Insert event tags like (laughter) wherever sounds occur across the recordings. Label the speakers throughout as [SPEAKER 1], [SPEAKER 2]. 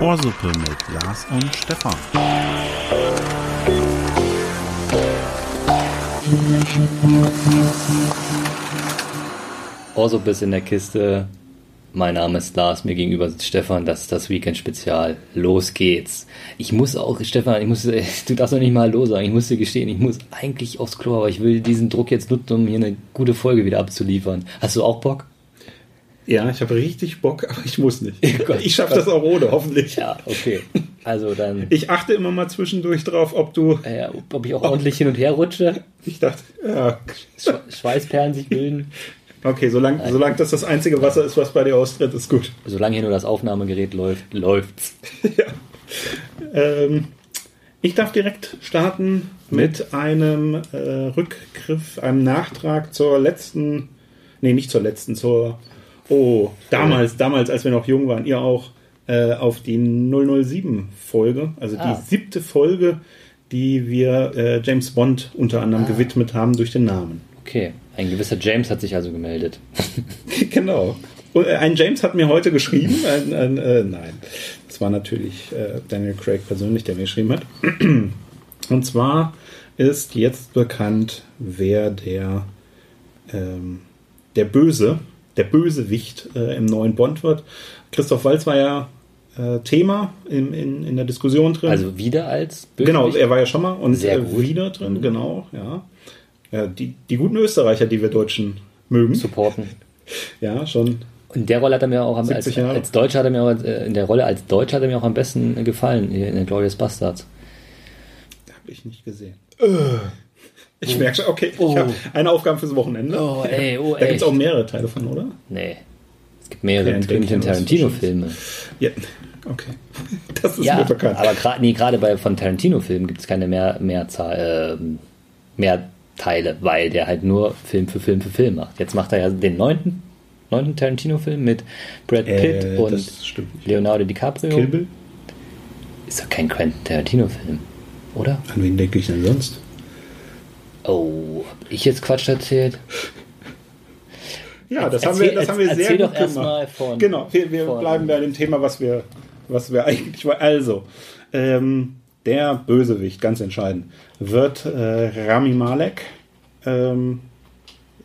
[SPEAKER 1] Ohrsuppe mit Lars und Stefan.
[SPEAKER 2] Ohrsuppe ist in der Kiste. Mein Name ist Lars, mir gegenüber sitzt Stefan, das ist das Weekend-Spezial. Los geht's. Ich muss auch, Stefan, ich muss, (laughs) du darfst doch nicht mal Hallo sagen, ich muss dir gestehen, ich muss eigentlich aufs Klo, aber ich will diesen Druck jetzt nutzen, um hier eine gute Folge wieder abzuliefern. Hast du auch Bock?
[SPEAKER 3] Ja, ich habe richtig Bock, aber ich muss nicht. ich schaffe das auch ohne, hoffentlich.
[SPEAKER 2] Ja, okay. Also (laughs) dann,
[SPEAKER 3] Ich achte immer mal zwischendurch drauf, ob du.
[SPEAKER 2] äh, ob ich auch ordentlich hin und her rutsche,
[SPEAKER 3] Ich dachte, ja.
[SPEAKER 2] Schwe- Schweißperlen sich bilden.
[SPEAKER 3] Okay, solange solang das das einzige Wasser ist, was bei dir austritt, ist gut.
[SPEAKER 2] Solange hier nur das Aufnahmegerät läuft, läuft's.
[SPEAKER 3] Ähm, ich darf direkt starten mit einem äh, Rückgriff, einem Nachtrag zur letzten, nee, nicht zur letzten, zur, oh, damals, damals, als wir noch jung waren, ihr auch, äh, auf die 007-Folge, also
[SPEAKER 2] Ah.
[SPEAKER 3] die siebte Folge, die wir äh, James Bond unter anderem gewidmet haben durch den Namen.
[SPEAKER 2] Okay, ein gewisser James hat sich also gemeldet.
[SPEAKER 3] (laughs) genau. Und, äh, Ein James hat mir heute geschrieben. Ein, ein, äh, nein, das war natürlich äh, Daniel Craig persönlich, der mir geschrieben hat. (clears throat) Und zwar ist jetzt bekannt, wer der, ähm, der Böse, der Bösewicht äh, im neuen Bond wird. Christoph Walz war ja äh, Thema im, in, in der Diskussion drin.
[SPEAKER 2] Also wieder als
[SPEAKER 3] Genau,
[SPEAKER 2] Bösewicht?
[SPEAKER 3] er war ja schon mal und
[SPEAKER 2] Sehr
[SPEAKER 3] äh,
[SPEAKER 2] gut. Mhm.
[SPEAKER 3] wieder drin, genau, ja. ja die, die guten Österreicher, die wir Deutschen mögen.
[SPEAKER 2] supporten.
[SPEAKER 3] Ja, schon
[SPEAKER 2] In der Rolle hat er mir auch am, als,
[SPEAKER 3] 70 Jahre.
[SPEAKER 2] als Deutscher hat er mir auch, äh, in der Rolle als Deutscher hat er mir auch am besten gefallen hier in den Glorious Bastards.
[SPEAKER 3] Hab ich nicht gesehen.
[SPEAKER 2] Äh.
[SPEAKER 3] Ich merke schon, okay, ich habe eine Aufgabe fürs Wochenende.
[SPEAKER 2] Oh, ey, oh,
[SPEAKER 3] da gibt es
[SPEAKER 2] echt.
[SPEAKER 3] auch mehrere Teile von, oder?
[SPEAKER 2] Nee. Es gibt mehrere
[SPEAKER 3] Quentin
[SPEAKER 2] Quentin
[SPEAKER 3] Tarantino
[SPEAKER 2] Tarantino-Filme.
[SPEAKER 3] Ja, okay. (laughs) Das ist mir
[SPEAKER 2] Ja,
[SPEAKER 3] bekannt.
[SPEAKER 2] aber gerade nee, gerade bei von Tarantino-Filmen gibt es keine mehr, mehr, Zahl- ähm, mehr Teile, weil der halt nur Film für Film für Film macht. Jetzt macht er ja den neunten, neunten Tarantino-Film mit Brad
[SPEAKER 3] Äh,
[SPEAKER 2] Pitt und
[SPEAKER 3] das stimmt nicht.
[SPEAKER 2] Leonardo DiCaprio.
[SPEAKER 3] Kill Bill?
[SPEAKER 2] Ist doch kein Quentin Tarantino-Film, oder?
[SPEAKER 3] An wen denke ich denn sonst?
[SPEAKER 2] Oh, hab ich jetzt Quatsch erzählt?
[SPEAKER 3] Ja, das
[SPEAKER 2] Erzähl-
[SPEAKER 3] haben wir, das haben wir
[SPEAKER 2] erzähl
[SPEAKER 3] sehr
[SPEAKER 2] doch
[SPEAKER 3] gut
[SPEAKER 2] erst mal
[SPEAKER 3] gemacht.
[SPEAKER 2] von-
[SPEAKER 3] genau, wir, wir
[SPEAKER 2] von-
[SPEAKER 3] bleiben bei dem Thema, was wir, was wir (laughs) eigentlich wollen. Also, ähm, der Bösewicht, ganz entscheidend, wird äh, Rami Malek. Ähm,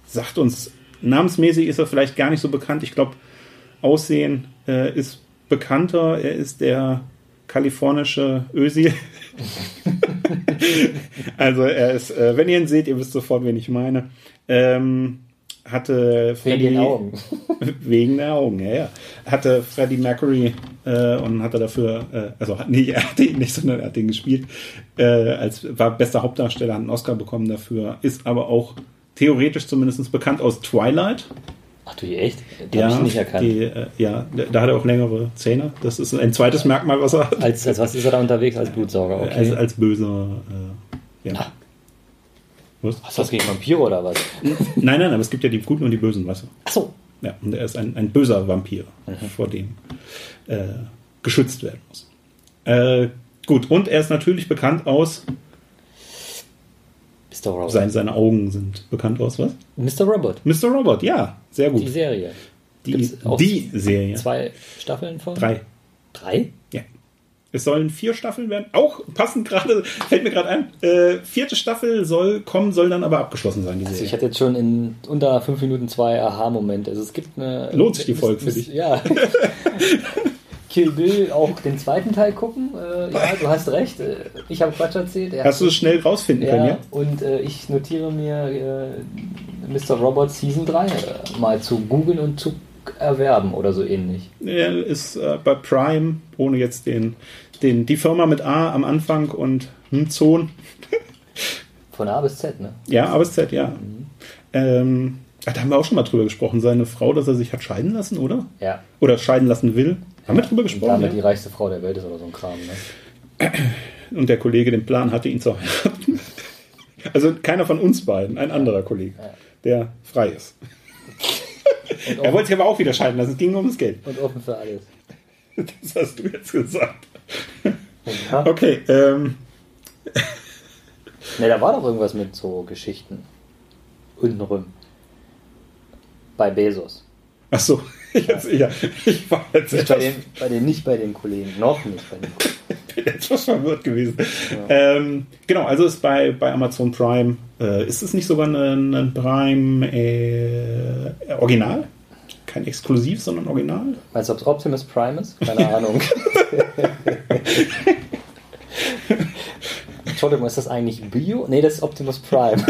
[SPEAKER 3] sagt uns, namensmäßig ist er vielleicht gar nicht so bekannt. Ich glaube, Aussehen äh, ist bekannter. Er ist der kalifornische
[SPEAKER 2] (laughs)
[SPEAKER 3] Ösi. also er ist, äh, wenn ihr ihn seht, ihr wisst sofort, wen ich meine. Ähm, hatte
[SPEAKER 2] Wegen den Augen.
[SPEAKER 3] Wegen der Augen, ja, ja. Hatte Freddie Mercury äh, und hatte dafür, äh, also hat nicht, (laughs) er hatte ihn nicht, sondern er hat ihn gespielt, äh, als war bester Hauptdarsteller, hat einen Oscar bekommen dafür, ist aber auch theoretisch zumindest bekannt aus Twilight.
[SPEAKER 2] Ach du, echt? Den hab ich nicht erkannt.
[SPEAKER 3] Die, äh, ja, da- da hat er auch längere Zähne. Das ist ein zweites Merkmal, was er hat.
[SPEAKER 2] Als, als was ist er da unterwegs? Als Blutsauger, okay. Ah.
[SPEAKER 3] Als, als böser. Äh, ja. Was?
[SPEAKER 2] Hast du was gegen Vampire oder was?
[SPEAKER 3] Nein, nein, aber es gibt ja die Guten und die Bösen, weißt du?
[SPEAKER 2] Achso.
[SPEAKER 3] Ja, und er ist ein, ein böser Vampir,
[SPEAKER 2] Mhm.
[SPEAKER 3] vor dem äh, geschützt werden muss. Äh, gut, und er ist natürlich bekannt aus,
[SPEAKER 2] Mr. Robot.
[SPEAKER 3] sein, seine Augen sind bekannt aus, was?
[SPEAKER 2] Mr. Robot,
[SPEAKER 3] Mr. Robot, ja, sehr
[SPEAKER 2] die
[SPEAKER 3] gut.
[SPEAKER 2] Serie.
[SPEAKER 3] Die,
[SPEAKER 2] gibt's auch
[SPEAKER 3] die Serie.
[SPEAKER 2] Zwei Staffeln von?
[SPEAKER 3] Drei.
[SPEAKER 2] Drei?
[SPEAKER 3] Ja. Es sollen vier Staffeln werden. Auch passend gerade, fällt mir gerade ein, äh, vierte Staffel soll kommen, soll dann aber abgeschlossen sein, die
[SPEAKER 2] Also ich
[SPEAKER 3] Serie.
[SPEAKER 2] hatte jetzt schon in unter fünf Minuten zwei Aha-Momente. Also es gibt eine...
[SPEAKER 3] Lohnt sich die Folge für
[SPEAKER 2] es-
[SPEAKER 3] dich?
[SPEAKER 2] Ja. (laughs) Kill Bill, auch den zweiten Teil gucken. Äh, ja, du hast recht. Äh, Ich habe Quatsch erzählt. Er
[SPEAKER 3] Hast du es schnell rausfinden
[SPEAKER 2] ja,
[SPEAKER 3] können, ja?
[SPEAKER 2] und äh, ich notiere mir äh, Mr. Robot Season 3 äh, mal zu googeln und zu erwerben oder so ähnlich.
[SPEAKER 3] Er ist äh, bei Prime, ohne jetzt den, den, die Firma mit A am Anfang und hm, Zon.
[SPEAKER 2] Von A bis Z, ne?
[SPEAKER 3] Ja, aber es ist Z, ja.
[SPEAKER 2] Mhm.
[SPEAKER 3] Ähm, ah, da haben wir auch schon mal drüber gesprochen. Seine Frau, dass er sich hat scheiden lassen, oder?
[SPEAKER 2] Ja.
[SPEAKER 3] Oder scheiden lassen will. Haben wir drüber
[SPEAKER 2] Und
[SPEAKER 3] gesprochen? ne?
[SPEAKER 2] damit die
[SPEAKER 3] Ja.
[SPEAKER 2] reichste Frau der Welt ist oder so ein Kram, ne?
[SPEAKER 3] Und der Kollege den Plan hatte, ihn zu heiraten. Also keiner von uns beiden, ein anderer Kollege, der frei ist.
[SPEAKER 2] Und
[SPEAKER 3] Er
[SPEAKER 2] offen,
[SPEAKER 3] wollte sich aber auch wieder scheiden lassen. Es ging nur ums Geld.
[SPEAKER 2] und offen für alles.
[SPEAKER 3] Das hast du jetzt gesagt.
[SPEAKER 2] Ja.
[SPEAKER 3] Okay, ähm,
[SPEAKER 2] Ne, da war doch irgendwas mit so Geschichten. Untenrum. Bei Bezos.
[SPEAKER 3] Ach so, jetzt, ja, ich war jetzt
[SPEAKER 2] Nicht bei
[SPEAKER 3] etwas,
[SPEAKER 2] den, bei den, nicht bei den Kollegen. Noch nicht bei den Kollegen.
[SPEAKER 3] etwas verwirrt gewesen. Ähm, genau, also ist bei, bei Amazon Prime, äh, ist es nicht sogar ein, ein Prime äh, Original? Kein Exklusiv, sondern Original?
[SPEAKER 2] Meinst du, ob es Optimus Prime ist? Keine Ahnung. Entschuldigung, ist das eigentlich Bio? Nee, das ist Optimus Prime.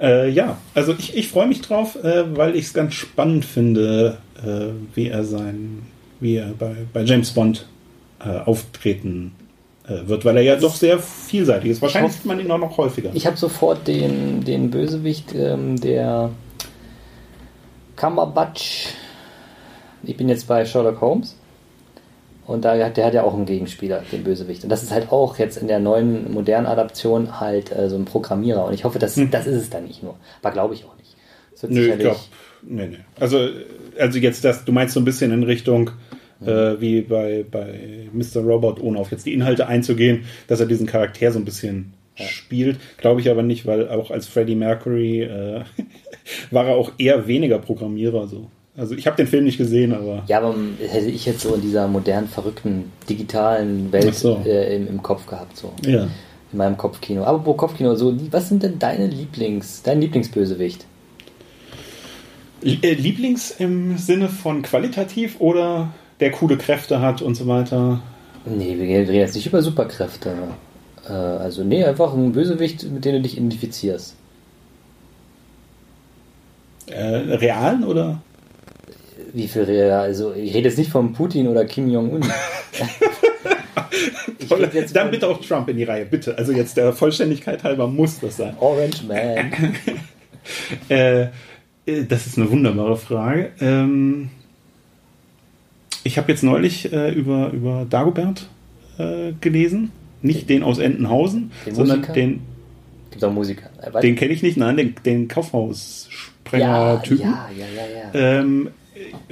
[SPEAKER 3] Äh, ja, also ich, ich freue mich drauf, äh, weil ich es ganz spannend finde, äh, wie er sein, wie er bei, bei James Bond äh, auftreten äh, wird, weil er ja doch sehr vielseitig ist. Wahrscheinlich sieht man ihn auch noch häufiger.
[SPEAKER 2] Ich habe sofort den, den Bösewicht, ähm, der Cumberbatch. Ich bin jetzt bei Sherlock Holmes. Und da hat, der hat ja auch einen Gegenspieler, den Bösewicht. Und das ist halt auch jetzt in der neuen, modernen Adaption halt äh, so ein Programmierer. Und ich hoffe, das, das ist es dann nicht nur. Aber glaube ich auch nicht. Es wird
[SPEAKER 3] Nö, ich
[SPEAKER 2] sicherlich-
[SPEAKER 3] glaube, nee, nee. Also, äh, also jetzt das, du meinst so ein bisschen in Richtung äh, wie bei, bei Mr. Robot, ohne auf jetzt die Inhalte einzugehen, dass er diesen Charakter so ein bisschen spielt. Glaube ich aber nicht, weil auch als Freddie Mercury äh, (laughs) war er auch eher weniger Programmierer. So. Also ich habe den Film nicht gesehen, aber
[SPEAKER 2] Ja, aber hätte ich jetzt so in dieser modernen, verrückten, digitalen Welt
[SPEAKER 3] Ach so.
[SPEAKER 2] äh, im, im Kopf gehabt, so.
[SPEAKER 3] ja.
[SPEAKER 2] In meinem Kopfkino. Aber wo Kopfkino, so, was sind denn deine Lieblings, dein Lieblingsbösewicht?
[SPEAKER 3] L- äh, Lieblings im Sinne von qualitativ oder der coole Kräfte hat und so weiter.
[SPEAKER 2] Nee, wir reden jetzt nicht über Superkräfte. Äh, also, nee, einfach ein Bösewicht, mit dem du dich identifizierst.
[SPEAKER 3] Äh, realen oder?
[SPEAKER 2] Wie viel, Re- also, ich rede jetzt nicht von Putin oder Kim
[SPEAKER 3] (laughs)
[SPEAKER 2] Jong-un. Ich rede jetzt
[SPEAKER 3] Dann
[SPEAKER 2] von
[SPEAKER 3] bitte auch Trump in die Reihe, bitte. Also jetzt der Vollständigkeit halber muss das sein.
[SPEAKER 2] Orange Man.
[SPEAKER 3] Äh, äh, das ist eine wunderbare Frage. Ähm, ich habe jetzt neulich äh, über, über Dagobert äh, gelesen. Nicht den aus Entenhausen,
[SPEAKER 2] Den
[SPEAKER 3] sondern
[SPEAKER 2] Musiker?
[SPEAKER 3] den,
[SPEAKER 2] Gibt's auch Musiker. Äh, weiß-
[SPEAKER 3] den kenne ich nicht, nein, den, den Kaufhaussprenger-Typen.
[SPEAKER 2] ja, ja, ja, ja. ja.
[SPEAKER 3] Ähm,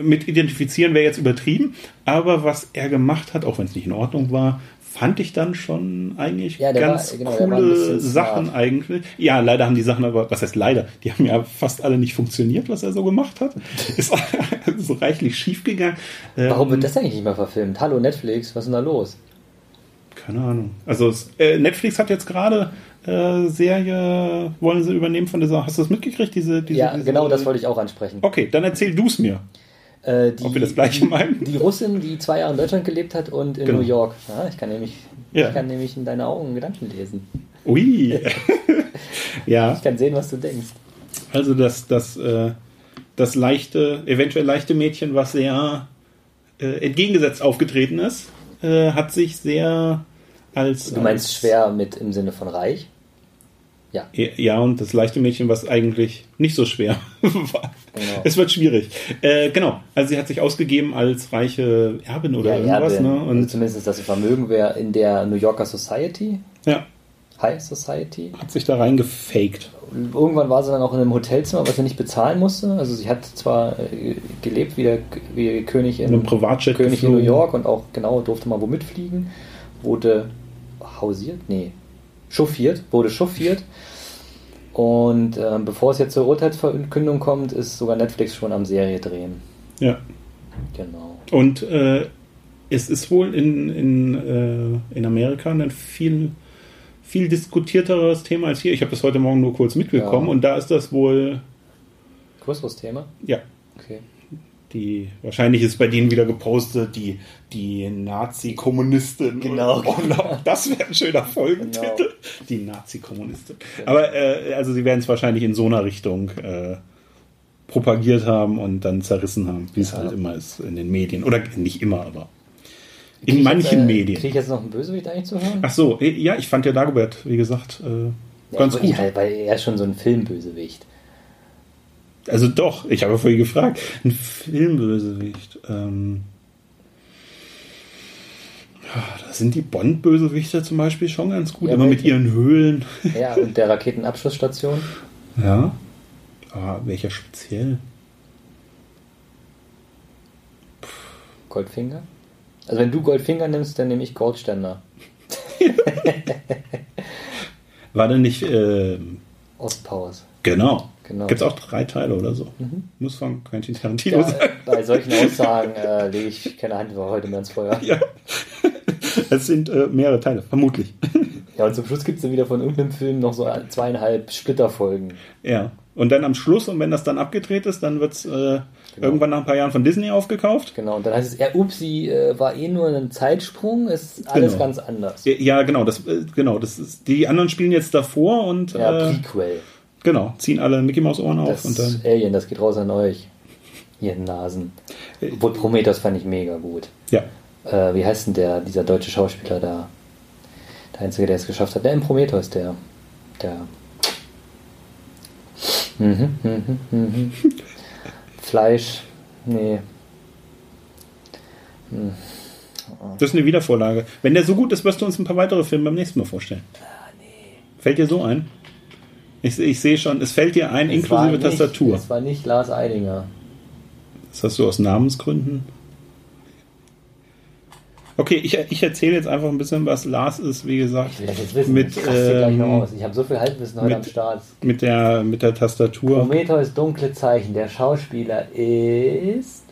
[SPEAKER 3] mit identifizieren wäre jetzt übertrieben, aber was er gemacht hat, auch wenn es nicht in Ordnung war, fand ich dann schon eigentlich
[SPEAKER 2] Ja, der
[SPEAKER 3] ganz
[SPEAKER 2] war- genau, der war ein
[SPEAKER 3] coole
[SPEAKER 2] bisschen smart.
[SPEAKER 3] Sachen eigentlich. Ja, leider haben die Sachen aber, was heißt leider, die haben ja fast alle nicht funktioniert, was er so gemacht
[SPEAKER 2] (laughs)
[SPEAKER 3] hat. Ist (laughs) so reichlich schief gegangen. Ähm,
[SPEAKER 2] Warum wird das eigentlich nicht mal verfilmt? Hallo Netflix, was ist denn da los?
[SPEAKER 3] Keine Ahnung. Also es, äh, Netflix hat jetzt gerade äh, Serie, wollen sie übernehmen von dieser, hast du das mitgekriegt? Diese, diese,
[SPEAKER 2] Ja,
[SPEAKER 3] diese,
[SPEAKER 2] genau das wollte ich auch ansprechen.
[SPEAKER 3] Okay, dann erzähl du es mir.
[SPEAKER 2] Äh, die,
[SPEAKER 3] Ob wir das gleiche meinen?
[SPEAKER 2] (laughs) Die Russin, die zwei Jahre in Deutschland gelebt hat und in
[SPEAKER 3] Genau.
[SPEAKER 2] New York. Ja, ich, kann nämlich,
[SPEAKER 3] Ja.
[SPEAKER 2] ich kann nämlich in deine Augen Gedanken lesen.
[SPEAKER 3] Ui. (laughs) ja.
[SPEAKER 2] Ich kann sehen, was du denkst.
[SPEAKER 3] Also das, das, äh, das leichte, eventuell leichte Mädchen, was sehr äh, entgegengesetzt aufgetreten ist, äh, hat sich sehr als.
[SPEAKER 2] Du meinst
[SPEAKER 3] als,
[SPEAKER 2] schwer mit im Sinne von reich? Ja.
[SPEAKER 3] Ja, und das leichte Mädchen, was eigentlich nicht so schwer (laughs) war.
[SPEAKER 2] Genau.
[SPEAKER 3] Es wird schwierig. Äh, genau, also sie hat sich ausgegeben als reiche Erbin oder
[SPEAKER 2] ja,
[SPEAKER 3] irgendwas.
[SPEAKER 2] Erbin.
[SPEAKER 3] Ne?
[SPEAKER 2] also
[SPEAKER 3] Und
[SPEAKER 2] zumindest, dass sie Vermögen wäre in der New Yorker Society,
[SPEAKER 3] ja,
[SPEAKER 2] High Society.
[SPEAKER 3] hat sich da reingefaked.
[SPEAKER 2] Irgendwann war sie dann auch in einem Hotelzimmer, was sie nicht bezahlen musste. Also sie hat zwar äh, gelebt wie der, wie der König in
[SPEAKER 3] In einem Privatjet
[SPEAKER 2] König in
[SPEAKER 3] geflogen.
[SPEAKER 2] New York und auch genau durfte mal womit fliegen, wurde hausiert, nee, chauffiert, wurde chauffiert. Und ähm, bevor es jetzt zur Urteilsverkündung kommt, ist sogar Netflix schon am Serie drehen.
[SPEAKER 3] Ja.
[SPEAKER 2] Genau.
[SPEAKER 3] Und äh, es ist wohl in, in, äh, in Amerika ein viel, viel diskutierteres Thema als hier. Ich habe das heute Morgen nur kurz mitbekommen
[SPEAKER 2] Ja.
[SPEAKER 3] und da ist das wohl,
[SPEAKER 2] Größeres Thema?
[SPEAKER 3] ja,
[SPEAKER 2] Okay.
[SPEAKER 3] die wahrscheinlich ist bei denen wieder gepostet, die, die Nazi-Kommunistin.
[SPEAKER 2] Genau.
[SPEAKER 3] Und, oh, no, das wäre ein schöner Folgentitel.
[SPEAKER 2] Genau.
[SPEAKER 3] Die Nazi-Kommunistin. Aber äh, also sie werden es wahrscheinlich in so einer Richtung äh, propagiert haben und dann zerrissen haben, wie es halt immer ist in den Medien. Oder nicht immer, aber. In manchen Medien.
[SPEAKER 2] Kriege äh, ich jetzt noch einen Bösewicht eigentlich zu hören?
[SPEAKER 3] Ach so, eh, ja, ich fand ja Dagobert, wie gesagt, äh, ganz
[SPEAKER 2] ja,
[SPEAKER 3] gut.
[SPEAKER 2] Weil, weil er ist schon so ein Filmbösewicht.
[SPEAKER 3] Also doch, ich habe vorhin gefragt. Ein Filmbösewicht. Ähm, ja, da sind die Bond-Bösewichte zum Beispiel schon ganz gut,
[SPEAKER 2] Ja,
[SPEAKER 3] immer mit
[SPEAKER 2] welche?
[SPEAKER 3] ihren Höhlen. (laughs)
[SPEAKER 2] Ja, und der Raketenabschussstation.
[SPEAKER 3] Ja. Ah, welcher speziell?
[SPEAKER 2] Goldfinger? Also wenn du Goldfinger nimmst, dann nehme ich Goldständer.
[SPEAKER 3] War denn nicht ähm,
[SPEAKER 2] Ostpowers.
[SPEAKER 3] Genau.
[SPEAKER 2] Genau. Mhm.
[SPEAKER 3] Gibt es auch drei Teile oder so. Muss von Quentin Tarantino
[SPEAKER 2] Ja,
[SPEAKER 3] sein.
[SPEAKER 2] (laughs)
[SPEAKER 3] (laughs)
[SPEAKER 2] bei solchen Aussagen äh, lege ich keine Hand über heute mehr ins Feuer.
[SPEAKER 3] Ja. Es sind äh, mehrere Teile, vermutlich. (laughs)
[SPEAKER 2] Ja, und zum Schluss gibt es dann wieder von irgendeinem Film noch so zweieinhalb Splitterfolgen.
[SPEAKER 3] Ja. Und dann am Schluss, und wenn das dann abgedreht ist, dann wird es äh, irgendwann nach ein paar Jahren von Disney aufgekauft.
[SPEAKER 2] Genau, und dann heißt es, ja, upsi, äh, war eh nur ein Zeitsprung, ist alles
[SPEAKER 3] Genau.
[SPEAKER 2] ganz anders. Ja,
[SPEAKER 3] Ja, Ja, genau, das, äh, genau, das ist, die anderen spielen jetzt davor und äh,
[SPEAKER 2] Prequel.
[SPEAKER 3] genau, ziehen alle Mickey Maus Ohren auf
[SPEAKER 2] Das
[SPEAKER 3] Äh, und dann
[SPEAKER 2] Alien, das geht raus an euch. Ihr Nasen.
[SPEAKER 3] Äh,
[SPEAKER 2] Obwohl Prometheus fand ich mega gut.
[SPEAKER 3] ja,
[SPEAKER 2] Äh, wie heißt denn der, dieser deutsche Schauspieler da? Der Einzige, der es geschafft hat. Der in Prometheus, der. Der. Mhm, mhm,
[SPEAKER 3] (laughs)
[SPEAKER 2] mhm. Fleisch. Nee.
[SPEAKER 3] das ist eine Wiedervorlage. Wenn der so gut ist, wirst du uns ein paar weitere Filme beim nächsten Mal vorstellen.
[SPEAKER 2] Ah,
[SPEAKER 3] Fällt dir so ein? Ich, ich sehe schon, es fällt dir ein,
[SPEAKER 2] Es war
[SPEAKER 3] inklusive
[SPEAKER 2] nicht,
[SPEAKER 3] Tastatur.
[SPEAKER 2] Es war nicht Lars Eidinger.
[SPEAKER 3] Das hast du aus Namensgründen. Okay, ich, ich erzähle jetzt einfach ein bisschen, was Lars ist, wie gesagt,
[SPEAKER 2] Ich will das jetzt wissen.
[SPEAKER 3] mit,
[SPEAKER 2] ich raste gleich noch
[SPEAKER 3] ähm,
[SPEAKER 2] aus. Ich habe so viel Halbwissen heute
[SPEAKER 3] mit- Oh.
[SPEAKER 2] am Start.
[SPEAKER 3] mit, der, mit der Tastatur.
[SPEAKER 2] Prometheus dunkle Zeichen. Der Schauspieler ist.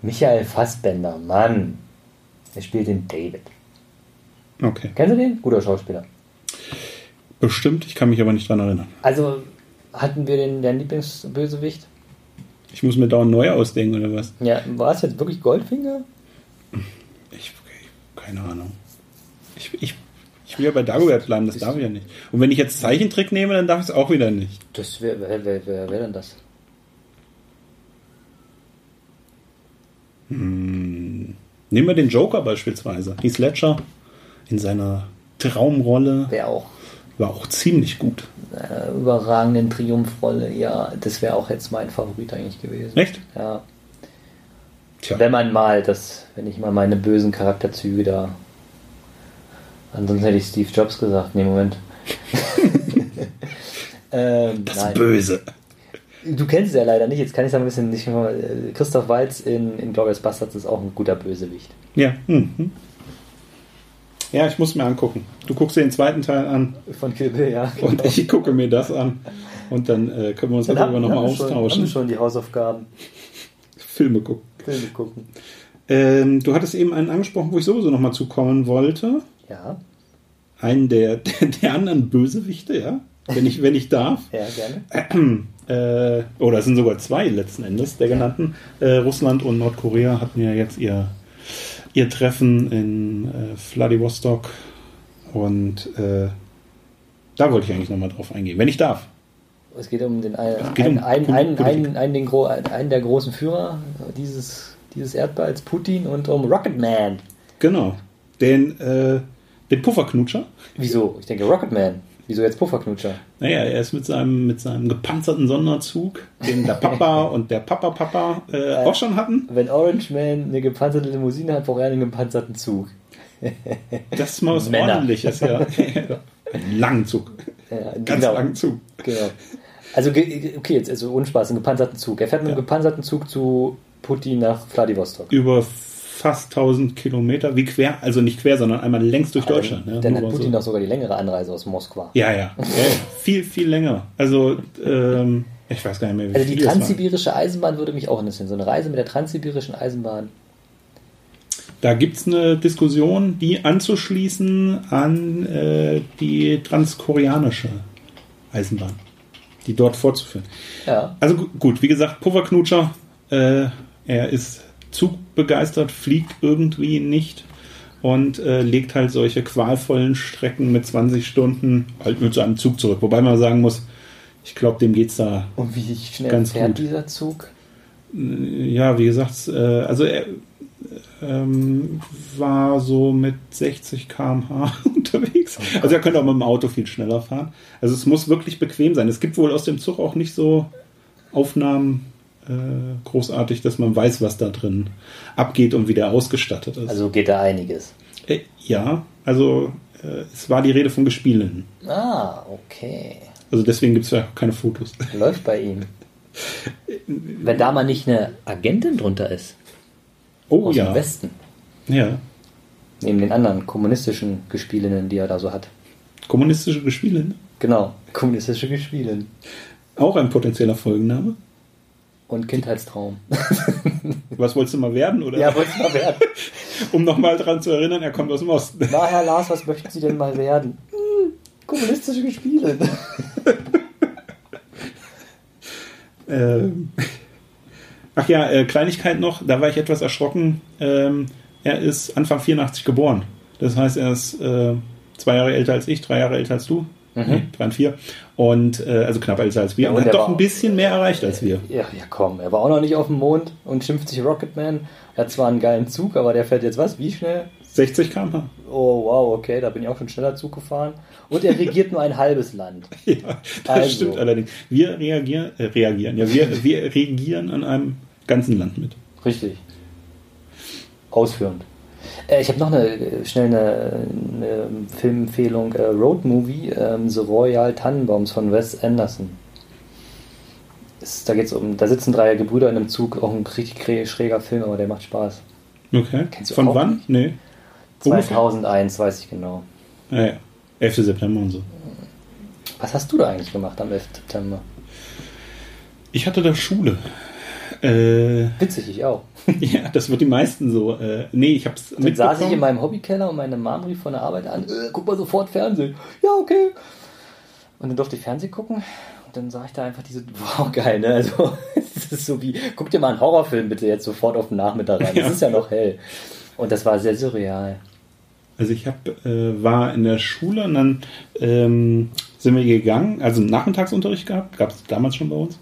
[SPEAKER 2] Michael Fassbender, Mann. Er spielt den David.
[SPEAKER 3] Okay,
[SPEAKER 2] Kennst du den? Guter Schauspieler.
[SPEAKER 3] bestimmt, ich kann mich aber nicht dran erinnern.
[SPEAKER 2] Also hatten wir den, deinen Lieblingsbösewicht?
[SPEAKER 3] Ich muss mir dauernd neu ausdenken oder was?
[SPEAKER 2] Ja, war es jetzt wirklich Goldfinger?
[SPEAKER 3] Ich, keine Ahnung. Ich, ich, ich will ja bei Dagobert bleiben, das darf ich ja nicht. Und wenn ich jetzt Zeichentrick nehme, dann darf ich es auch wieder nicht.
[SPEAKER 2] Das wär, wer, wer, wer, wer denn das?
[SPEAKER 3] Nehmen wir den Joker beispielsweise. Heath Ledger in seiner Traumrolle
[SPEAKER 2] Wäre auch
[SPEAKER 3] war auch ziemlich gut.
[SPEAKER 2] äh, überragenden Triumphrolle. Ja, das wäre auch jetzt mein Favorit eigentlich gewesen.
[SPEAKER 3] Echt?
[SPEAKER 2] Ja.
[SPEAKER 3] Tja.
[SPEAKER 2] Wenn man mal das, wenn ich mal meine bösen Charakterzüge da. Ansonsten hätte ich Steve Jobs gesagt. Nee, Moment. (laughs) ähm,
[SPEAKER 3] das
[SPEAKER 2] nein.
[SPEAKER 3] Böse.
[SPEAKER 2] Du kennst es ja leider nicht. Jetzt kann ich es ein bisschen nicht mehr. äh, Christoph Walz in, in Glorious Bastards ist auch ein guter Bösewicht.
[SPEAKER 3] Ja. Mhm. Ja, ich muss mir angucken. Du guckst dir den zweiten Teil an
[SPEAKER 2] Von Kill Bill, ja.
[SPEAKER 3] und (laughs) ich gucke mir das an. Und dann äh, können wir uns darüber nochmal
[SPEAKER 2] wir Schon, haben wir
[SPEAKER 3] austauschen.
[SPEAKER 2] schon die Hausaufgaben.
[SPEAKER 3] Filme gucken.
[SPEAKER 2] Filme gucken.
[SPEAKER 3] Ähm, du hattest eben einen angesprochen, wo ich sowieso nochmal zukommen wollte.
[SPEAKER 2] Ja,
[SPEAKER 3] einen der, (laughs) der, der anderen Bösewichte, ja, wenn ich, wenn ich darf. (clears throat)
[SPEAKER 2] ja, gerne.
[SPEAKER 3] Äh, oder es sind sogar zwei letzten Endes der genannten. Äh, Russland und Nordkorea hatten ja jetzt ihr, ihr Treffen in äh, Vladivostok und äh, da wollte ich eigentlich nochmal drauf eingehen, wenn ich darf.
[SPEAKER 2] Es geht um den einen,
[SPEAKER 3] geht um
[SPEAKER 2] einen, einen, einen,
[SPEAKER 3] Politik.
[SPEAKER 2] einen, einen, den Gro einen der großen Führer dieses, dieses Erdballs, Putin, und um Rocketman.
[SPEAKER 3] Genau. Den, äh, den Pufferknutscher.
[SPEAKER 2] Wieso? Ich denke Rocketman. Wieso jetzt Pufferknutscher?
[SPEAKER 3] Naja, er ist mit seinem, mit seinem gepanzerten Sonderzug, den der
[SPEAKER 2] (laughs)
[SPEAKER 3] Papa und der Papa-Papa äh, auch schon hatten.
[SPEAKER 2] Wenn Orange Man eine gepanzerte Limousine hat, braucht er einen gepanzerten Zug.
[SPEAKER 3] Das ist mal was
[SPEAKER 2] Männer.
[SPEAKER 3] ordentliches,
[SPEAKER 2] (laughs)
[SPEAKER 3] ja. Einen langen Zug.
[SPEAKER 2] Ja,
[SPEAKER 3] Ganz
[SPEAKER 2] genau.
[SPEAKER 3] langen Zug.
[SPEAKER 2] Genau. Also, ge- okay, jetzt also Unspaß, einen gepanzerten Zug. Er fährt mit einem gepanzerten Zug zu Putin nach Vladivostok.
[SPEAKER 3] Über fast 1000 Kilometer, wie quer, also nicht quer, sondern einmal längs durch Deutschland.
[SPEAKER 2] Dann,
[SPEAKER 3] ja,
[SPEAKER 2] dann
[SPEAKER 3] Nur
[SPEAKER 2] hat
[SPEAKER 3] mal so.
[SPEAKER 2] Ah, Putin doch sogar die längere Anreise aus Moskwa.
[SPEAKER 3] ja,
[SPEAKER 2] (laughs)
[SPEAKER 3] ja, ja. ja. Viel, viel länger. Also, ähm, ich weiß gar nicht mehr, wie
[SPEAKER 2] Also die
[SPEAKER 3] viel das war.
[SPEAKER 2] transsibirische Eisenbahn würde mich auch interessieren. So eine Reise mit der transsibirischen Eisenbahn.
[SPEAKER 3] Da gibt es eine Diskussion, die anzuschließen an äh, die transkoreanische Eisenbahn, die dort vorzuführen.
[SPEAKER 2] Ja.
[SPEAKER 3] Also gu- gut, wie gesagt, Pufferknutscher, äh, er ist zugbegeistert, fliegt irgendwie nicht und äh, legt halt solche qualvollen Strecken mit 20 Stunden halt mit seinem Zug zurück. Wobei man sagen muss, ich glaube, dem geht's da,
[SPEAKER 2] Und wie schnell
[SPEAKER 3] Ganz
[SPEAKER 2] fährt
[SPEAKER 3] gut.
[SPEAKER 2] dieser Zug?
[SPEAKER 3] ja, wie gesagt, äh, also er ähm, war so mit 60 km/h (laughs)
[SPEAKER 2] Oh
[SPEAKER 3] unterwegs. Also er könnte auch mit dem Auto viel schneller fahren. Also es muss wirklich bequem sein. Es gibt wohl aus dem Zug auch nicht so Aufnahmen äh, großartig, dass man weiß, was da drin abgeht und wie der ausgestattet ist.
[SPEAKER 2] Also geht da einiges.
[SPEAKER 3] äh, ja, also äh, es war die Rede von Gespielen.
[SPEAKER 2] Ah, okay.
[SPEAKER 3] Also deswegen gibt es ja auch keine Fotos.
[SPEAKER 2] Läuft bei ihm. Wenn da mal nicht eine Agentin drunter ist.
[SPEAKER 3] Oh
[SPEAKER 2] Aus
[SPEAKER 3] ja.
[SPEAKER 2] dem Westen.
[SPEAKER 3] Ja,
[SPEAKER 2] Neben den anderen kommunistischen Gespielinnen, die er da so hat.
[SPEAKER 3] Kommunistische Gespiele. ne?
[SPEAKER 2] Genau, kommunistische Gespielen.
[SPEAKER 3] Auch ein potenzieller Folgenname.
[SPEAKER 2] Und (laughs) Kindheitstraum.
[SPEAKER 3] Was wolltest du mal werden? Oder?
[SPEAKER 2] Ja, wollte ich mal werden.
[SPEAKER 3] (laughs) um nochmal daran zu erinnern, er kommt aus dem Osten.
[SPEAKER 2] Na, Herr Lars, was möchten Sie denn mal werden? Hm, kommunistische Gespiele.
[SPEAKER 3] Ähm, Ach ja, äh, Kleinigkeit noch, da war ich etwas erschrocken. Ähm, er ist Anfang 84 geboren. Das heißt, er ist äh, zwei Jahre älter als ich, drei Jahre älter als du. Nee, drei und vier. Und äh, also knapp älter als wir.
[SPEAKER 2] Mhm. Ja,
[SPEAKER 3] und
[SPEAKER 2] und
[SPEAKER 3] hat
[SPEAKER 2] er
[SPEAKER 3] doch
[SPEAKER 2] war-
[SPEAKER 3] ein bisschen mehr erreicht als wir.
[SPEAKER 2] Ja, ja, komm, er war auch noch nicht auf dem Mond und schimpft sich Rocketman. Er hat zwar einen geilen Zug, aber der fährt jetzt was? Wie schnell?
[SPEAKER 3] 60 km/h. (laughs)
[SPEAKER 2] Oh, wow, okay, da bin ich auch schon schneller Zug gefahren. Und er regiert nur ein halbes Land.
[SPEAKER 3] Ja, das
[SPEAKER 2] Also.
[SPEAKER 3] stimmt allerdings. Wir reagieren, äh, reagieren. Ja, wir, wir regieren an einem ganzen Land mit.
[SPEAKER 2] Richtig. Ausführend. Äh, ich habe noch eine äh, schnell eine, eine Filmempfehlung: äh, Road Movie, ähm, The Royal Tannenbaums von Wes Anderson. Ist, da geht's um, da sitzen drei Gebrüder in einem Zug, auch ein richtig krä- schräger Film, aber der macht Spaß.
[SPEAKER 3] Okay.
[SPEAKER 2] Kennst du
[SPEAKER 3] Von
[SPEAKER 2] auch
[SPEAKER 3] wann? Nee. Ungefähr?
[SPEAKER 2] 2001, weiß ich genau.
[SPEAKER 3] Ah, ja. 11. September und so.
[SPEAKER 2] Was hast du da eigentlich gemacht am 11. September?
[SPEAKER 3] Ich hatte da Schule. Äh, (laughs)
[SPEAKER 2] Witzig, ich auch.
[SPEAKER 3] ja, das wird die meisten so. Äh, nee, ich hab's
[SPEAKER 2] Dann saß ich in
[SPEAKER 3] mitbekommen.
[SPEAKER 2] meinem Hobbykeller und meine Mom rief von der Arbeit an, äh, guck mal sofort Fernsehen. Ja, okay. Und dann durfte ich Fernsehen gucken und dann sah ich da einfach diese, (laughs) wow, geil, ne? Also, (laughs) es ist so wie, guck dir mal einen Horrorfilm bitte jetzt sofort auf den Nachmittag rein.
[SPEAKER 3] Ja.
[SPEAKER 2] Es ist ja noch hell. Und das war sehr surreal.
[SPEAKER 3] Also ich hab, äh, war in der Schule und dann ähm, sind wir gegangen, also einen Nachmittagsunterricht gehabt, gab es damals schon bei uns.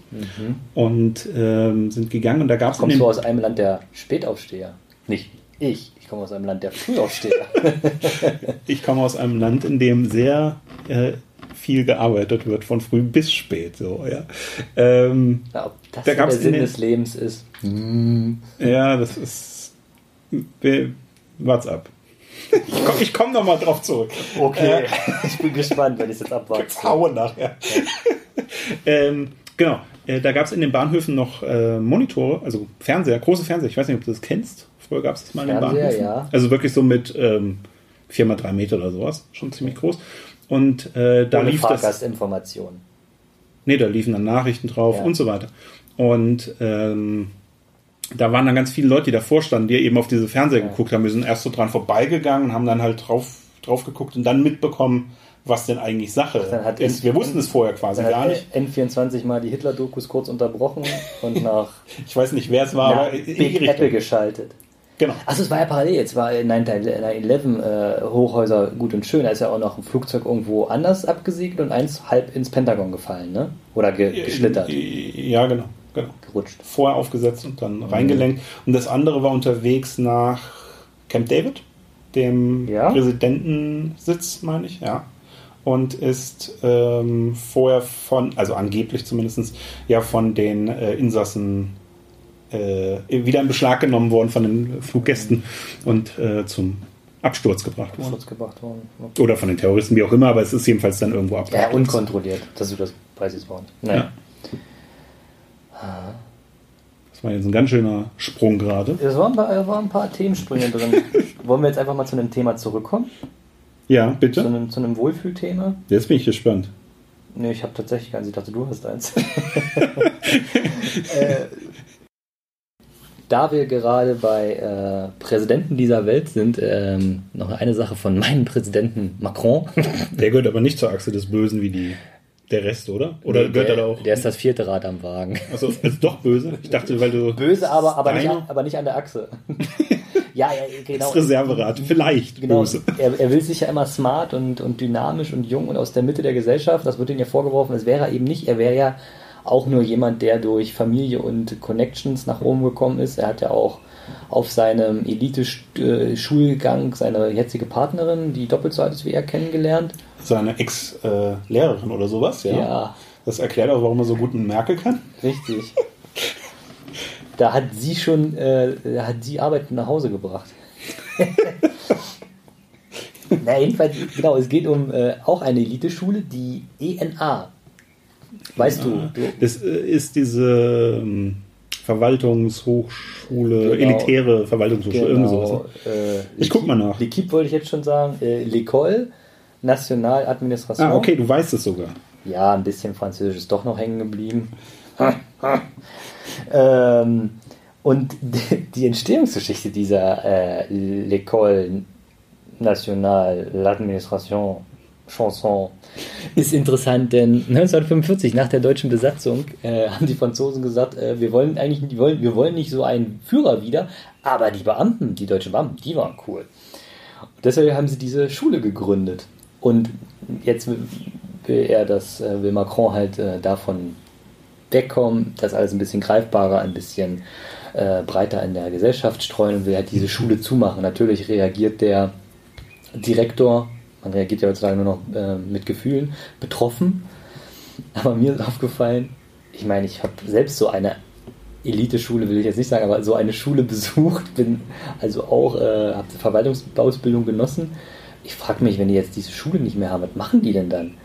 [SPEAKER 3] Und ähm, sind gegangen und da gab es
[SPEAKER 2] Mhm. Kommst du aus einem Land der Spätaufsteher? Nicht ich. Ich komme aus einem Land der Frühaufsteher.
[SPEAKER 3] (laughs) Ich komme aus einem Land, in dem sehr äh, viel gearbeitet wird, von früh bis spät. So, ja. Ähm,
[SPEAKER 2] Ja, Ob das
[SPEAKER 3] Da
[SPEAKER 2] so der
[SPEAKER 3] gab's in
[SPEAKER 2] Sinn
[SPEAKER 3] den-
[SPEAKER 2] des Lebens ist.
[SPEAKER 3] ja, das ist. Be- What's up? (laughs) Ich komme ich komm nochmal drauf zurück. Äh,
[SPEAKER 2] Okay, (laughs) ich bin gespannt, wenn ich es jetzt
[SPEAKER 3] Gibt's
[SPEAKER 2] abwarte.
[SPEAKER 3] Hauen nachher. ähm, genau. Äh, da gab es in den Bahnhöfen noch äh, Monitore, also Fernseher, große Fernseher. Ich weiß nicht, ob du das kennst. Früher gab es das mal in den
[SPEAKER 2] Fernseher,
[SPEAKER 3] Bahnhöfen.
[SPEAKER 2] ja.
[SPEAKER 3] Also wirklich so mit ähm, 4x3 Meter oder sowas. Schon ziemlich groß. Und äh, da
[SPEAKER 2] Ohne
[SPEAKER 3] lief das.
[SPEAKER 2] Fahrgastinformationen.
[SPEAKER 3] Nee, Ne, da liefen dann Nachrichten drauf
[SPEAKER 2] Ja.
[SPEAKER 3] und so weiter. Und ähm, da waren dann ganz viele Leute, die davor standen, die eben auf diese Fernseher geguckt haben. Wir sind erst so dran vorbeigegangen, haben dann halt drauf, drauf geguckt und dann mitbekommen, was denn eigentlich Sache
[SPEAKER 2] dann hat
[SPEAKER 3] ist.
[SPEAKER 2] N-
[SPEAKER 3] Wir wussten es vorher quasi
[SPEAKER 2] Dann
[SPEAKER 3] Also gar
[SPEAKER 2] hat
[SPEAKER 3] nicht.
[SPEAKER 2] N24 mal die Hitler-Dokus
[SPEAKER 3] (laughs)
[SPEAKER 2] kurz unterbrochen und nach,
[SPEAKER 3] Ich weiß nicht, wer es war,
[SPEAKER 2] nach
[SPEAKER 3] aber in die
[SPEAKER 2] Big Apple
[SPEAKER 3] Richtung.
[SPEAKER 2] geschaltet.
[SPEAKER 3] Genau.
[SPEAKER 2] Achso, es war ja parallel. Jetzt war 9-11 äh, Hochhäuser gut und schön. Da ist ja auch noch ein Flugzeug irgendwo anders abgesegelt und eins halb ins Pentagon gefallen, ne? Oder ge geschlittert,
[SPEAKER 3] Ja, genau. genau.
[SPEAKER 2] gerutscht.
[SPEAKER 3] Vorher aufgesetzt und dann reingelenkt. Und das andere war unterwegs nach Camp David, dem
[SPEAKER 2] Ja.
[SPEAKER 3] Präsidentensitz, meine ich, ja. Und ist ähm, vorher von, also angeblich zumindest, ja, von den äh, Insassen äh, wieder in Beschlag genommen worden von den Fluggästen und äh, zum Absturz gebracht worden.
[SPEAKER 2] Schutz gebracht worden.
[SPEAKER 3] Oder von den Terroristen, wie auch immer, aber es ist jedenfalls dann irgendwo abgestürzt.
[SPEAKER 2] Ja, unkontrolliert. Das ist das weiß ich jetzt auch nicht. Naja.
[SPEAKER 3] Ja. Das war jetzt ein ganz schöner Sprung gerade.
[SPEAKER 2] Es waren, da waren ein paar Themensprünge
[SPEAKER 3] (laughs)
[SPEAKER 2] drin. Wollen wir jetzt einfach mal zu einem Thema zurückkommen?
[SPEAKER 3] Ja,
[SPEAKER 2] Zu
[SPEAKER 3] bitte.
[SPEAKER 2] einem, zu einem Wohlfühlthema?
[SPEAKER 3] Jetzt bin ich gespannt.
[SPEAKER 2] Nee, ich habe tatsächlich keins. Ich dachte, du
[SPEAKER 3] (laughs)
[SPEAKER 2] hast eins. Äh, da wir gerade bei äh, Präsidenten dieser Welt sind, ähm, noch eine Sache von meinem Präsidenten Macron.
[SPEAKER 3] Der gehört aber nicht zur Achse des Bösen wie die, der Rest, oder? Oder gehört er
[SPEAKER 2] der,
[SPEAKER 3] da auch?
[SPEAKER 2] Der ist das vierte Rad am Wagen.
[SPEAKER 3] Achso, ist doch böse? Ich dachte, weil du.
[SPEAKER 2] Böse, aber, aber, nicht,
[SPEAKER 3] Steiner-
[SPEAKER 2] aber nicht an der
[SPEAKER 3] (laughs)
[SPEAKER 2] Achse. ja, ja, genau.
[SPEAKER 3] Das Reserverad, vielleicht
[SPEAKER 2] Genau,
[SPEAKER 3] böse.
[SPEAKER 2] er, er will sich ja immer smart und, und dynamisch und jung und aus der Mitte der Gesellschaft. Das wird ihm ja vorgeworfen, das wäre er eben nicht. Er wäre ja auch nur jemand, der durch Familie und Connections nach oben gekommen ist. Er hat ja auch auf seinem Elite-Schulgang seine jetzige Partnerin, die doppelt so alt ist wie er, kennengelernt.
[SPEAKER 3] Seine Ex-Lehrerin oder sowas, ja.
[SPEAKER 2] Ja.
[SPEAKER 3] Das erklärt auch, warum er so gut mit Merkel kann.
[SPEAKER 2] Richtig. da hat sie schon, äh, da hat sie Arbeit nach Hause gebracht. (laughs) Na, jedenfalls, genau, es geht um äh, auch eine Eliteschule, die ENA. Weißt du, du
[SPEAKER 3] Das äh, ist diese ähm, Verwaltungshochschule,
[SPEAKER 2] Genau.
[SPEAKER 3] elitäre Verwaltungshochschule, irgend sowas. Ne?
[SPEAKER 2] äh,
[SPEAKER 3] Ich guck mal nach.
[SPEAKER 2] L'Equipe wollte ich jetzt schon sagen, äh, L'École, Nationaladministration.
[SPEAKER 3] Ah, okay, du weißt es sogar.
[SPEAKER 2] Ja, ein bisschen Französisch ist doch noch hängen geblieben. ähm, und die die Entstehungsgeschichte dieser äh, L'École Nationale, l'Administration, Chanson ist interessant, denn 1945 nach der deutschen Besatzung äh, haben die Franzosen gesagt, äh, wir wollen eigentlich, die wollen, wir wollen nicht so einen Führer wieder, aber die Beamten, die deutschen Beamten, die waren cool. Und deshalb haben sie diese Schule gegründet. Und jetzt will will er, dass äh, will Macron halt äh, davon wegkommen, das alles ein bisschen greifbarer, ein bisschen äh, breiter in der Gesellschaft streuen und will halt diese Schule zumachen. Natürlich reagiert der Direktor, man reagiert ja heutzutage nur noch äh, mit Gefühlen, betroffen. Aber mir ist aufgefallen, ich meine, ich habe selbst so eine Elite-Schule, will ich jetzt nicht sagen, aber so eine Schule (laughs) besucht, bin also auch, äh, habe Verwaltungsausbildung genossen. Ich frage mich, wenn die jetzt diese Schule nicht mehr haben, was machen die denn dann?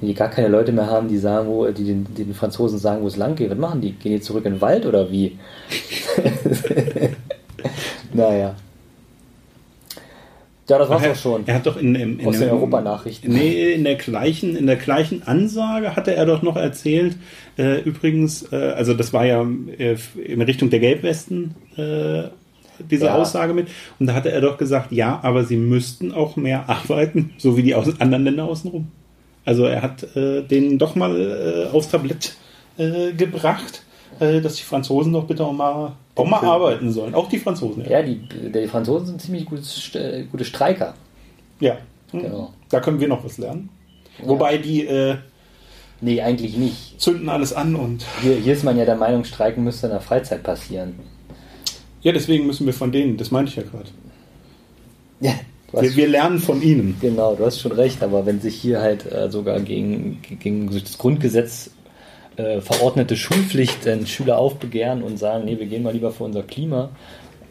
[SPEAKER 2] Wenn die gar keine Leute mehr haben, die sagen, wo, die den, den Franzosen sagen, wo es lang geht, was machen die? Gehen die zurück in den Wald oder wie? (laughs) naja. Ja, das war's
[SPEAKER 3] Ach,
[SPEAKER 2] auch schon.
[SPEAKER 3] Er hat doch in, in, in
[SPEAKER 2] Aus den
[SPEAKER 3] dem-
[SPEAKER 2] Europanachrichten.
[SPEAKER 3] Nee, in der gleichen, in der gleichen Ansage hatte er doch noch erzählt. Äh, übrigens, äh, also das war ja äh, in Richtung der Gelbwesten äh, diese
[SPEAKER 2] Ja.
[SPEAKER 3] Aussage mit. Und da hatte er doch gesagt, ja, aber sie müssten auch mehr (laughs) arbeiten, so wie die aus, anderen Länder außenrum. Also er hat äh, denen doch mal äh, aufs Tablett äh, gebracht, äh, dass die Franzosen doch bitte auch mal, auch mal arbeiten sollen. Auch die Franzosen.
[SPEAKER 2] Ja, die, die Franzosen sind ziemlich gutes, St- äh, gute Streiker.
[SPEAKER 3] Ja.
[SPEAKER 2] Genau.
[SPEAKER 3] Da können wir noch was lernen. Wobei die äh,
[SPEAKER 2] Nee, eigentlich nicht.
[SPEAKER 3] zünden alles an und
[SPEAKER 2] Hier, hier ist man ja der Meinung, Streiken müsste in der Freizeit passieren.
[SPEAKER 3] ja, deswegen müssen wir von denen, das meinte ich ja gerade.
[SPEAKER 2] Ja, du hast
[SPEAKER 3] Wir, wir lernen von ihnen.
[SPEAKER 2] Genau, du hast schon recht, aber wenn sich hier halt äh, sogar gegen, gegen das Grundgesetz äh, verordnete Schulpflicht äh, Schüler aufbegehren und sagen, nee, wir gehen mal lieber für unser Klima.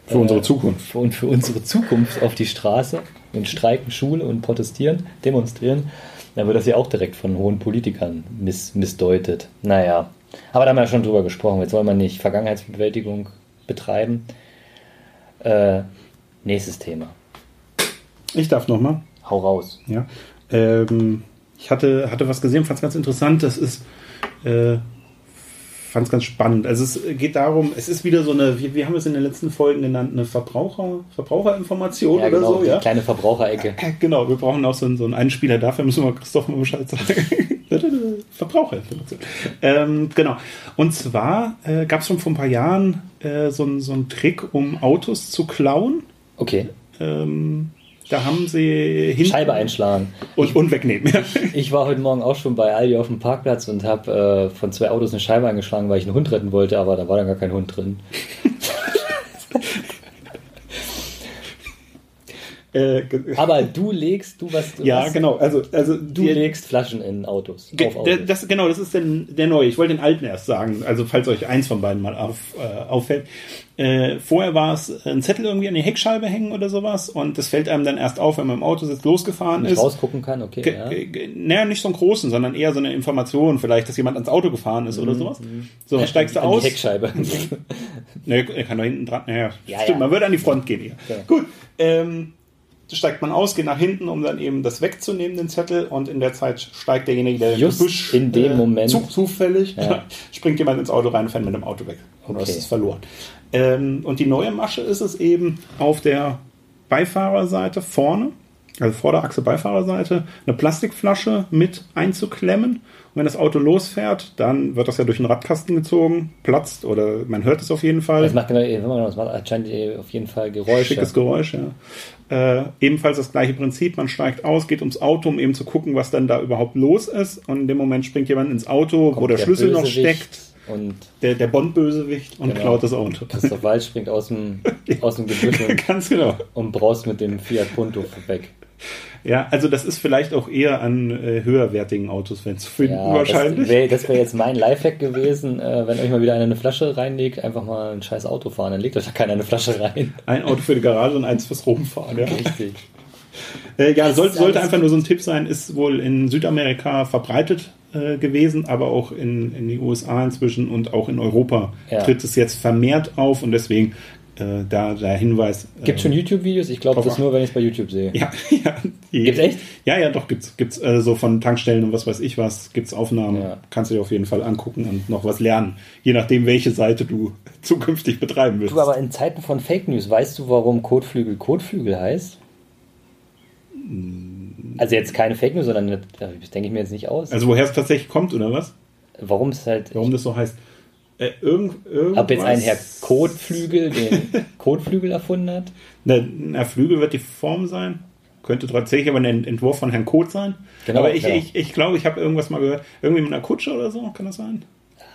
[SPEAKER 2] äh,
[SPEAKER 3] Für unsere Zukunft.
[SPEAKER 2] Für, und für unsere Zukunft auf die Straße und streiken Schule und protestieren, demonstrieren, dann wird das ja auch direkt von hohen Politikern miss, missdeutet. Naja, aber da haben wir ja schon drüber gesprochen. Jetzt wollen wir nicht Vergangenheitsbewältigung betreiben. Äh, nächstes Thema.
[SPEAKER 3] Ich darf nochmal.
[SPEAKER 2] Hau raus.
[SPEAKER 3] Ja. Ähm, ich hatte, hatte was gesehen, fand es ganz interessant. Das ist, äh, fand es ganz spannend. Also es geht darum, es ist wieder so eine, wir, wir haben es in den letzten Folgen genannt, eine Verbraucher, Verbraucherinformation
[SPEAKER 2] Ja,
[SPEAKER 3] oder
[SPEAKER 2] genau,
[SPEAKER 3] so,
[SPEAKER 2] die
[SPEAKER 3] ja.
[SPEAKER 2] kleine Verbraucherecke.
[SPEAKER 3] (laughs) Genau, wir brauchen auch so einen, so einen Einspieler. Dafür müssen wir Christoph mal Bescheid sagen.
[SPEAKER 2] (laughs)
[SPEAKER 3] Verbraucherinformation. Ähm, genau. Und zwar äh, gab es schon vor ein paar Jahren äh, so, einen- so einen Trick, um Autos zu klauen.
[SPEAKER 2] Okay,
[SPEAKER 3] Ähm, da haben sie hin
[SPEAKER 2] Scheibe einschlagen.
[SPEAKER 3] und, und wegnehmen. (laughs) Ja.
[SPEAKER 2] Ich war heute Morgen auch schon bei Aldi auf dem Parkplatz und habe äh, von zwei Autos eine Scheibe eingeschlagen, weil ich einen Hund retten wollte, aber da war dann gar kein Hund drin.
[SPEAKER 3] Äh, ge-
[SPEAKER 2] Aber du legst, du was,
[SPEAKER 3] ja,
[SPEAKER 2] was
[SPEAKER 3] genau. Also, also
[SPEAKER 2] Ah, du
[SPEAKER 3] die-
[SPEAKER 2] legst Flaschen in Autos.
[SPEAKER 3] Ge-
[SPEAKER 2] Auf
[SPEAKER 3] der-
[SPEAKER 2] Autos.
[SPEAKER 3] Das, genau, das ist der, der neue. Ich wollte den alten erst sagen, also falls euch eins von beiden mal auf, äh, auffällt. Äh, vorher war es ein Zettel irgendwie an die Heckscheibe hängen oder sowas und das fällt einem dann erst auf, wenn man im Auto sitzt, losgefahren
[SPEAKER 2] Wenn ich
[SPEAKER 3] ist.
[SPEAKER 2] rausgucken kann, okay.
[SPEAKER 3] Ge-
[SPEAKER 2] Ja.
[SPEAKER 3] ge- ge- Naja, nicht so einen großen, sondern eher so eine Information, vielleicht, dass jemand ans Auto gefahren ist oder sowas. So, dann steigst du
[SPEAKER 2] Mhm, An
[SPEAKER 3] aus.
[SPEAKER 2] die
[SPEAKER 3] (laughs)
[SPEAKER 2] Heckscheibe.
[SPEAKER 3] Naja, er kann da hinten dran. Naja,
[SPEAKER 2] Ja,
[SPEAKER 3] stimmt,
[SPEAKER 2] ja.
[SPEAKER 3] man würde an die Front gehen hier.
[SPEAKER 2] Ja.
[SPEAKER 3] Gut, ähm, steigt man aus, geht nach hinten, um dann eben das wegzunehmen, den Zettel, und in der Zeit steigt derjenige, der im
[SPEAKER 2] Just in dem Moment.
[SPEAKER 3] Zu, zufällig
[SPEAKER 2] Ja.
[SPEAKER 3] (laughs) springt jemand ins Auto rein und fährt mit dem Auto weg. Und
[SPEAKER 2] Okay.
[SPEAKER 3] das ist verloren. Ähm, und die neue Masche ist es eben auf der Beifahrerseite vorne, also Vorderachse Beifahrerseite, eine Plastikflasche mit einzuklemmen. Und wenn das Auto losfährt, dann wird das ja durch den Radkasten gezogen, platzt oder man hört es auf jeden Fall.
[SPEAKER 2] Das macht, genau, das macht anscheinend eh auf jeden Fall Geräusche.
[SPEAKER 3] Schickes Geräusch, ja. Äh, ebenfalls das gleiche Prinzip, man steigt aus, geht ums Auto, um eben zu gucken, was dann da überhaupt los ist. Und in dem Moment springt jemand ins Auto, wo
[SPEAKER 2] Kommt
[SPEAKER 3] der, Schlüssel noch
[SPEAKER 2] Bösewicht
[SPEAKER 3] steckt,
[SPEAKER 2] Und
[SPEAKER 3] der, der Bond-Bösewicht und
[SPEAKER 2] Genau.
[SPEAKER 3] klaut das Auto.
[SPEAKER 2] Christoph Wald springt aus
[SPEAKER 3] (laughs)
[SPEAKER 2] dem, aus dem Gebüsch und,
[SPEAKER 3] Ganz genau.
[SPEAKER 2] und braust mit dem Fiat Punto weg.
[SPEAKER 3] Ja, also das ist vielleicht auch eher an äh, höherwertigen Autos, wenn zu finden,
[SPEAKER 2] Ja,
[SPEAKER 3] wahrscheinlich.
[SPEAKER 2] Das wäre das wär jetzt mein Lifehack gewesen, äh, wenn euch mal wieder einer eine Flasche reinlegt, einfach mal ein scheiß Auto fahren, dann legt euch da keiner eine Flasche rein.
[SPEAKER 3] Ein Auto für die Garage und eins fürs Rumfahren. Ja,
[SPEAKER 2] Richtig.
[SPEAKER 3] äh, ja sollte,
[SPEAKER 2] ist alles
[SPEAKER 3] sollte einfach nur so ein Tipp sein, ist wohl in Südamerika verbreitet äh, gewesen, aber auch in, in die USA inzwischen und auch in Europa
[SPEAKER 2] Ja.
[SPEAKER 3] tritt es jetzt vermehrt auf und deswegen äh, da der Hinweis.
[SPEAKER 2] Gibt
[SPEAKER 3] äh,
[SPEAKER 2] schon YouTube-Videos? Ich glaube
[SPEAKER 3] Papa.
[SPEAKER 2] das nur, wenn ich es bei YouTube sehe.
[SPEAKER 3] Ja, (laughs) ja. Die,
[SPEAKER 2] Gibt's echt?
[SPEAKER 3] Ja, ja, doch, gibt's. Gibt's äh, so von Tankstellen und was weiß ich was, gibt's Aufnahmen.
[SPEAKER 2] Ja.
[SPEAKER 3] Kannst du dir auf jeden Fall angucken und noch was lernen. Je nachdem, welche Seite du (laughs) zukünftig betreiben willst.
[SPEAKER 2] Du, aber in Zeiten von Fake News, weißt du, warum Kotflügel Kotflügel heißt? Also jetzt keine Fake News, sondern das- das denke ich mir jetzt nicht aus.
[SPEAKER 3] Hm. also woher es tatsächlich kommt, oder was?
[SPEAKER 2] Warum es halt.
[SPEAKER 3] Warum das so heißt? Äh, irgend, irgendwas,
[SPEAKER 2] Ich habe jetzt einen Herr Kotflügel,
[SPEAKER 3] (laughs)
[SPEAKER 2] den Kotflügel erfunden hat.
[SPEAKER 3] Ne, ein Flügel wird die Form sein. Könnte tatsächlich aber ein Entwurf von Herrn Kot sein.
[SPEAKER 2] Genau,
[SPEAKER 3] aber ich
[SPEAKER 2] genau.
[SPEAKER 3] glaube, ich, ich, glaube, ich habe irgendwas mal gehört. Irgendwie mit einer Kutsche oder so, kann das sein?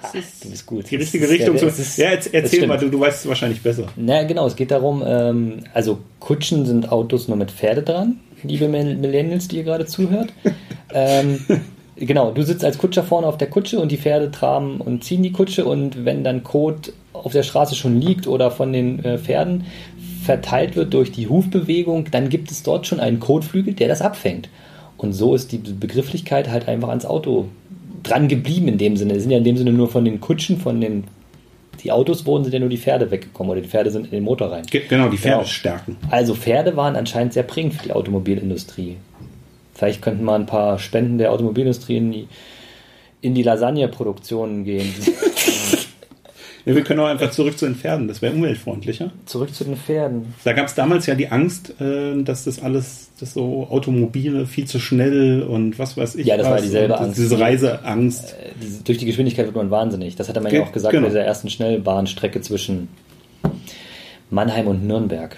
[SPEAKER 3] Das ist
[SPEAKER 2] Ah, Du bist gut.
[SPEAKER 3] die
[SPEAKER 2] Das
[SPEAKER 3] richtige
[SPEAKER 2] ist-
[SPEAKER 3] Richtung.
[SPEAKER 2] ja,
[SPEAKER 3] zu-
[SPEAKER 2] das ist-
[SPEAKER 3] ja, jetzt,
[SPEAKER 2] das
[SPEAKER 3] erzähl
[SPEAKER 2] stimmt.
[SPEAKER 3] mal, du, du weißt es wahrscheinlich besser.
[SPEAKER 2] Na genau, es geht darum, ähm, also Kutschen sind Autos nur mit Pferde dran, liebe Mill- Millennials, die ihr gerade zuhört. ähm, genau, du sitzt als Kutscher vorne auf der Kutsche und die Pferde traben und ziehen die Kutsche und wenn dann Kot auf der Straße schon liegt oder von den äh, Pferden verteilt wird durch die Hufbewegung, dann gibt es dort schon einen Kotflügel, der das abfängt. Und so ist die Begrifflichkeit halt einfach ans Auto dran geblieben in dem Sinne. Es sind ja in dem Sinne nur von den Kutschen, von den die Autos wurden, sind ja nur die Pferde weggekommen oder die Pferde sind in den Motor rein.
[SPEAKER 3] Ge- Genau, die Pferde
[SPEAKER 2] Genau.
[SPEAKER 3] stärken.
[SPEAKER 2] Also Pferde waren anscheinend sehr prägend für die Automobilindustrie. Vielleicht könnten mal ein paar Spenden der Automobilindustrie in die, in die Lasagne-Produktion gehen.
[SPEAKER 3] Ja, wir können auch einfach zurück zu den Pferden, das wäre umweltfreundlicher.
[SPEAKER 2] (laughs) Zurück zu den Pferden.
[SPEAKER 3] Da gab es damals ja die Angst, äh, dass das alles, das so Automobile viel zu schnell und was weiß ich.
[SPEAKER 2] Ja, das war
[SPEAKER 3] was
[SPEAKER 2] dieselbe
[SPEAKER 3] und
[SPEAKER 2] Angst.
[SPEAKER 3] Diese Reiseangst.
[SPEAKER 2] Äh, Diese, durch die Geschwindigkeit wird man wahnsinnig. Das hatte man ja
[SPEAKER 3] Ge-
[SPEAKER 2] auch gesagt
[SPEAKER 3] genau.
[SPEAKER 2] bei dieser ersten Schnellbahnstrecke zwischen Mannheim und Nürnberg.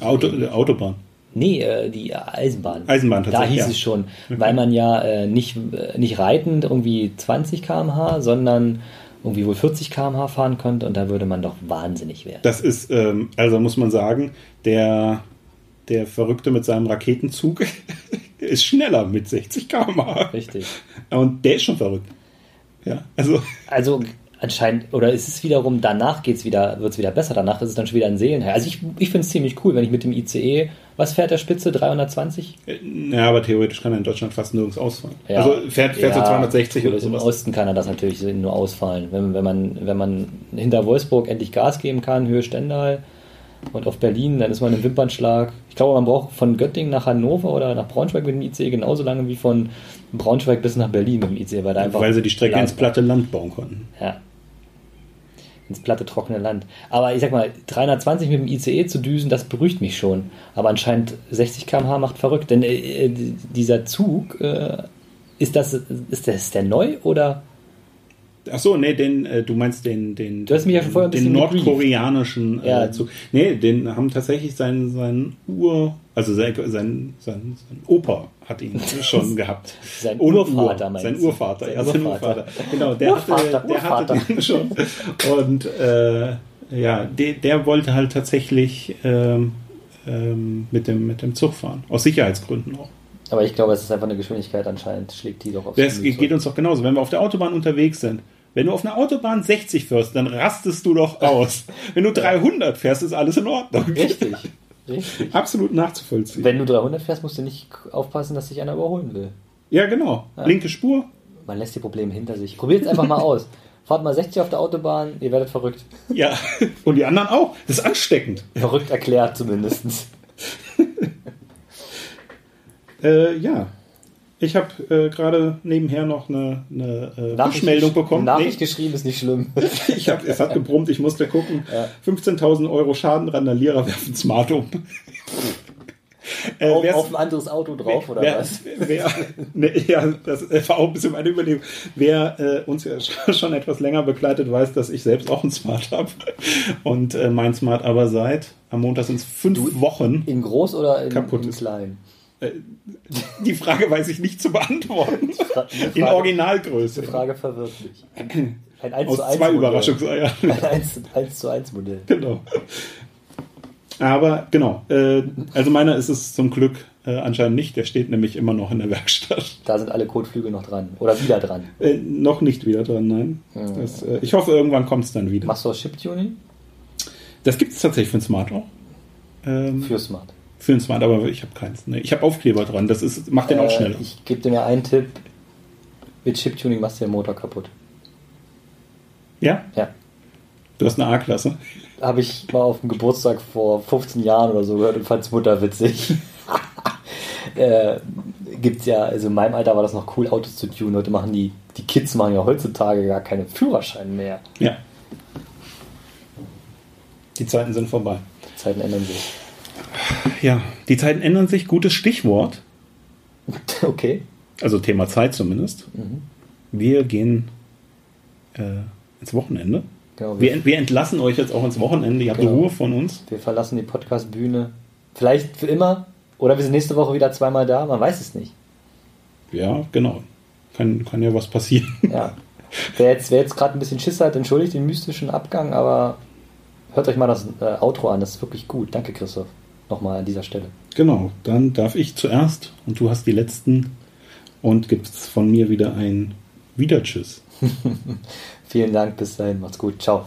[SPEAKER 3] Auto, äh, Autobahn.
[SPEAKER 2] Nee, äh, die Eisenbahn.
[SPEAKER 3] Eisenbahn
[SPEAKER 2] Da
[SPEAKER 3] tatsächlich,
[SPEAKER 2] hieß
[SPEAKER 3] ja.
[SPEAKER 2] es schon, weil man ja äh, nicht, äh, nicht reitend irgendwie 20 km/h, sondern irgendwie wohl 40 km/h fahren konnte und da würde man doch wahnsinnig werden.
[SPEAKER 3] Das ist, ähm, also muss man sagen, der, der Verrückte mit seinem Raketenzug (laughs) ist schneller mit 60 km/h.
[SPEAKER 2] Richtig.
[SPEAKER 3] Und der ist schon verrückt. Ja, also
[SPEAKER 2] Also anscheinend, oder ist es wiederum, danach geht's wieder, wird es wieder besser, danach ist es dann schon wieder ein Seelenheil. Also ich, ich finde es ziemlich cool, wenn ich mit dem ICE, was fährt der Spitze, 320?
[SPEAKER 3] Ja, äh, aber theoretisch kann er in Deutschland fast nirgends ausfahren.
[SPEAKER 2] Ja.
[SPEAKER 3] Also fährt, fährt so 260 oder
[SPEAKER 2] Im
[SPEAKER 3] sowas.
[SPEAKER 2] Osten kann er das natürlich nur ausfallen. Wenn, wenn, man, wenn man hinter Wolfsburg endlich Gas geben kann, Höhe Stendal und auf Berlin, dann ist man im Wimpernschlag. Ich glaube, man braucht von Göttingen nach Hannover oder nach Braunschweig mit dem ICE genauso lange wie von Braunschweig bis nach Berlin mit dem ICE, weil, da einfach
[SPEAKER 3] Weil sie die Strecke
[SPEAKER 2] Plan-
[SPEAKER 3] ins platte Land bauen konnten.
[SPEAKER 2] Ja. Ins platte, trockene Land. Aber ich sag mal, 320 mit dem ICE zu düsen, das beruhigt mich schon. Aber anscheinend 60 km/h macht verrückt. Denn äh, äh, dieser Zug, äh, ist, das, ist das der neu oder?
[SPEAKER 3] Ach so, nee, den, äh, du meinst den, den,
[SPEAKER 2] Du hast mich ja schon vorher ein
[SPEAKER 3] den
[SPEAKER 2] bisschen gebrieft.
[SPEAKER 3] nordkoreanischen äh,
[SPEAKER 2] Ja.
[SPEAKER 3] Zug. Nee, den haben tatsächlich seinen, seinen Ur, also sein, sein, sein, sein Opa hat
[SPEAKER 2] (laughs)
[SPEAKER 3] ihn schon gehabt.
[SPEAKER 2] Sein
[SPEAKER 3] Und
[SPEAKER 2] Urvater,
[SPEAKER 3] Ur,
[SPEAKER 2] meinst
[SPEAKER 3] sein
[SPEAKER 2] du?
[SPEAKER 3] Urvater,
[SPEAKER 2] Sein
[SPEAKER 3] ja, sein Urvater.
[SPEAKER 2] Urvater.
[SPEAKER 3] Genau, der,
[SPEAKER 2] Urvater,
[SPEAKER 3] hatte, der hatte
[SPEAKER 2] Urvater.
[SPEAKER 3] den schon. Und äh, ja, der, der wollte halt tatsächlich ähm, ähm, mit, dem, mit dem Zug fahren. Aus Sicherheitsgründen auch.
[SPEAKER 2] Aber ich glaube, es ist einfach eine Geschwindigkeit anscheinend, schlägt die doch auf
[SPEAKER 3] Das geht uns doch genauso. Wenn wir auf der Autobahn unterwegs sind, wenn du auf einer Autobahn 60 fährst, dann rastest du doch
[SPEAKER 2] (laughs)
[SPEAKER 3] aus. Wenn du 300 fährst, ist alles in Ordnung.
[SPEAKER 2] Richtig. Richtig.
[SPEAKER 3] Absolut nachzuvollziehen.
[SPEAKER 2] Wenn du 300 fährst, musst du nicht aufpassen, dass dich einer überholen will.
[SPEAKER 3] ja, genau. Linke Spur.
[SPEAKER 2] Man lässt die Probleme hinter sich. Probiert es einfach mal aus. Fahrt mal 60 auf der Autobahn, ihr werdet verrückt.
[SPEAKER 3] Ja. Und die anderen auch. Das ist ansteckend.
[SPEAKER 2] Verrückt erklärt zumindest.
[SPEAKER 3] Äh, ja. Ich habe äh, gerade nebenher noch eine, eine äh,
[SPEAKER 2] Nachricht-
[SPEAKER 3] Push-Meldung bekommen.
[SPEAKER 2] Nachricht
[SPEAKER 3] Nee, Äh,
[SPEAKER 2] geschrieben ist nicht schlimm.
[SPEAKER 3] (laughs) ich hab, es hat gebrummt, ich musste gucken. 15.000 Euro Schaden, Randalierer werfen Smart um. Äh,
[SPEAKER 2] auf,
[SPEAKER 3] wer's-
[SPEAKER 2] auf ein anderes Auto drauf oder
[SPEAKER 3] wer,
[SPEAKER 2] was?
[SPEAKER 3] (laughs) Wer, ne, ja, das war auch ein bisschen meine Überlegung. Wer äh, uns ja (laughs) sch- schon etwas länger begleitet, weiß, dass ich selbst auch ein Smart habe. Und äh, mein Smart aber seit am Montag sind es fünf Wochen.
[SPEAKER 2] In groß oder in,
[SPEAKER 3] Kaputt
[SPEAKER 2] in
[SPEAKER 3] ist.
[SPEAKER 2] klein?
[SPEAKER 3] Die Frage weiß ich nicht zu beantworten.
[SPEAKER 2] Frage-
[SPEAKER 3] In Originalgröße.
[SPEAKER 2] Die Frage verwirrt mich. Ein 1
[SPEAKER 3] Aus
[SPEAKER 2] zu 1
[SPEAKER 3] zwei
[SPEAKER 2] Modell.
[SPEAKER 3] Überraschungseiern.
[SPEAKER 2] (laughs) Ein 1, 1 zu 1 Modell.
[SPEAKER 3] (laughs) genau. Aber genau, äh, also meiner ist es zum Glück äh, anscheinend nicht. Der steht nämlich immer noch in der Werkstatt.
[SPEAKER 2] Da sind alle Kotflügel noch dran. Oder wieder dran.
[SPEAKER 3] Äh, noch nicht wieder dran, nein. Das, äh, ich hoffe, irgendwann kommt es dann wieder.
[SPEAKER 2] Machst du auch Chiptuning?
[SPEAKER 3] Das gibt es tatsächlich für ein Smart auch. Ähm, für,
[SPEAKER 2] Für Smart.
[SPEAKER 3] ein Smart, aber ich habe keins. Nee, ich habe Aufkleber dran. Das ist, macht den auch
[SPEAKER 2] Äh,
[SPEAKER 3] schneller.
[SPEAKER 2] Ich gebe dir mal einen Tipp. Mit Chiptuning machst du den Motor kaputt.
[SPEAKER 3] ja?
[SPEAKER 2] Ja.
[SPEAKER 3] Du hast eine A-Klasse.
[SPEAKER 2] Habe ich mal auf dem Geburtstag vor 15 Jahren oder so gehört und fand's mutterwitzig. (laughs) äh, gibt's ja, also in meinem Alter war das noch cool, Autos zu tunen. Heute machen die, die Kids machen ja heutzutage gar keine Führerscheine mehr.
[SPEAKER 3] Ja. Die Zeiten sind vorbei.
[SPEAKER 2] Die Zeiten ändern sich. (laughs)
[SPEAKER 3] Ja, die Zeiten ändern sich. Gutes Stichwort.
[SPEAKER 2] Okay.
[SPEAKER 3] Also Thema Zeit zumindest. Wir gehen äh, ins Wochenende.
[SPEAKER 2] Genau, wir-
[SPEAKER 3] wir, ent- wir entlassen euch jetzt auch ins Wochenende. Ihr habt
[SPEAKER 2] Genau.
[SPEAKER 3] Ruhe von uns.
[SPEAKER 2] Wir verlassen die Podcast-Bühne. Vielleicht für immer. Oder wir sind nächste Woche wieder zweimal da. Man weiß es nicht.
[SPEAKER 3] Ja, genau. Kann, kann ja was passieren.
[SPEAKER 2] Ja. Wer jetzt, wer jetzt gerade ein bisschen Schiss hat, entschuldigt den mystischen Abgang, aber hört euch mal das äh, Outro an. Das ist wirklich gut. Danke, Christoph. Nochmal an dieser Stelle.
[SPEAKER 3] Genau, dann darf ich zuerst und du hast die letzten und gibt's von mir wieder ein Wieder Tschüss.
[SPEAKER 2] Vielen Dank. Bis dahin. Macht's gut. Ciao.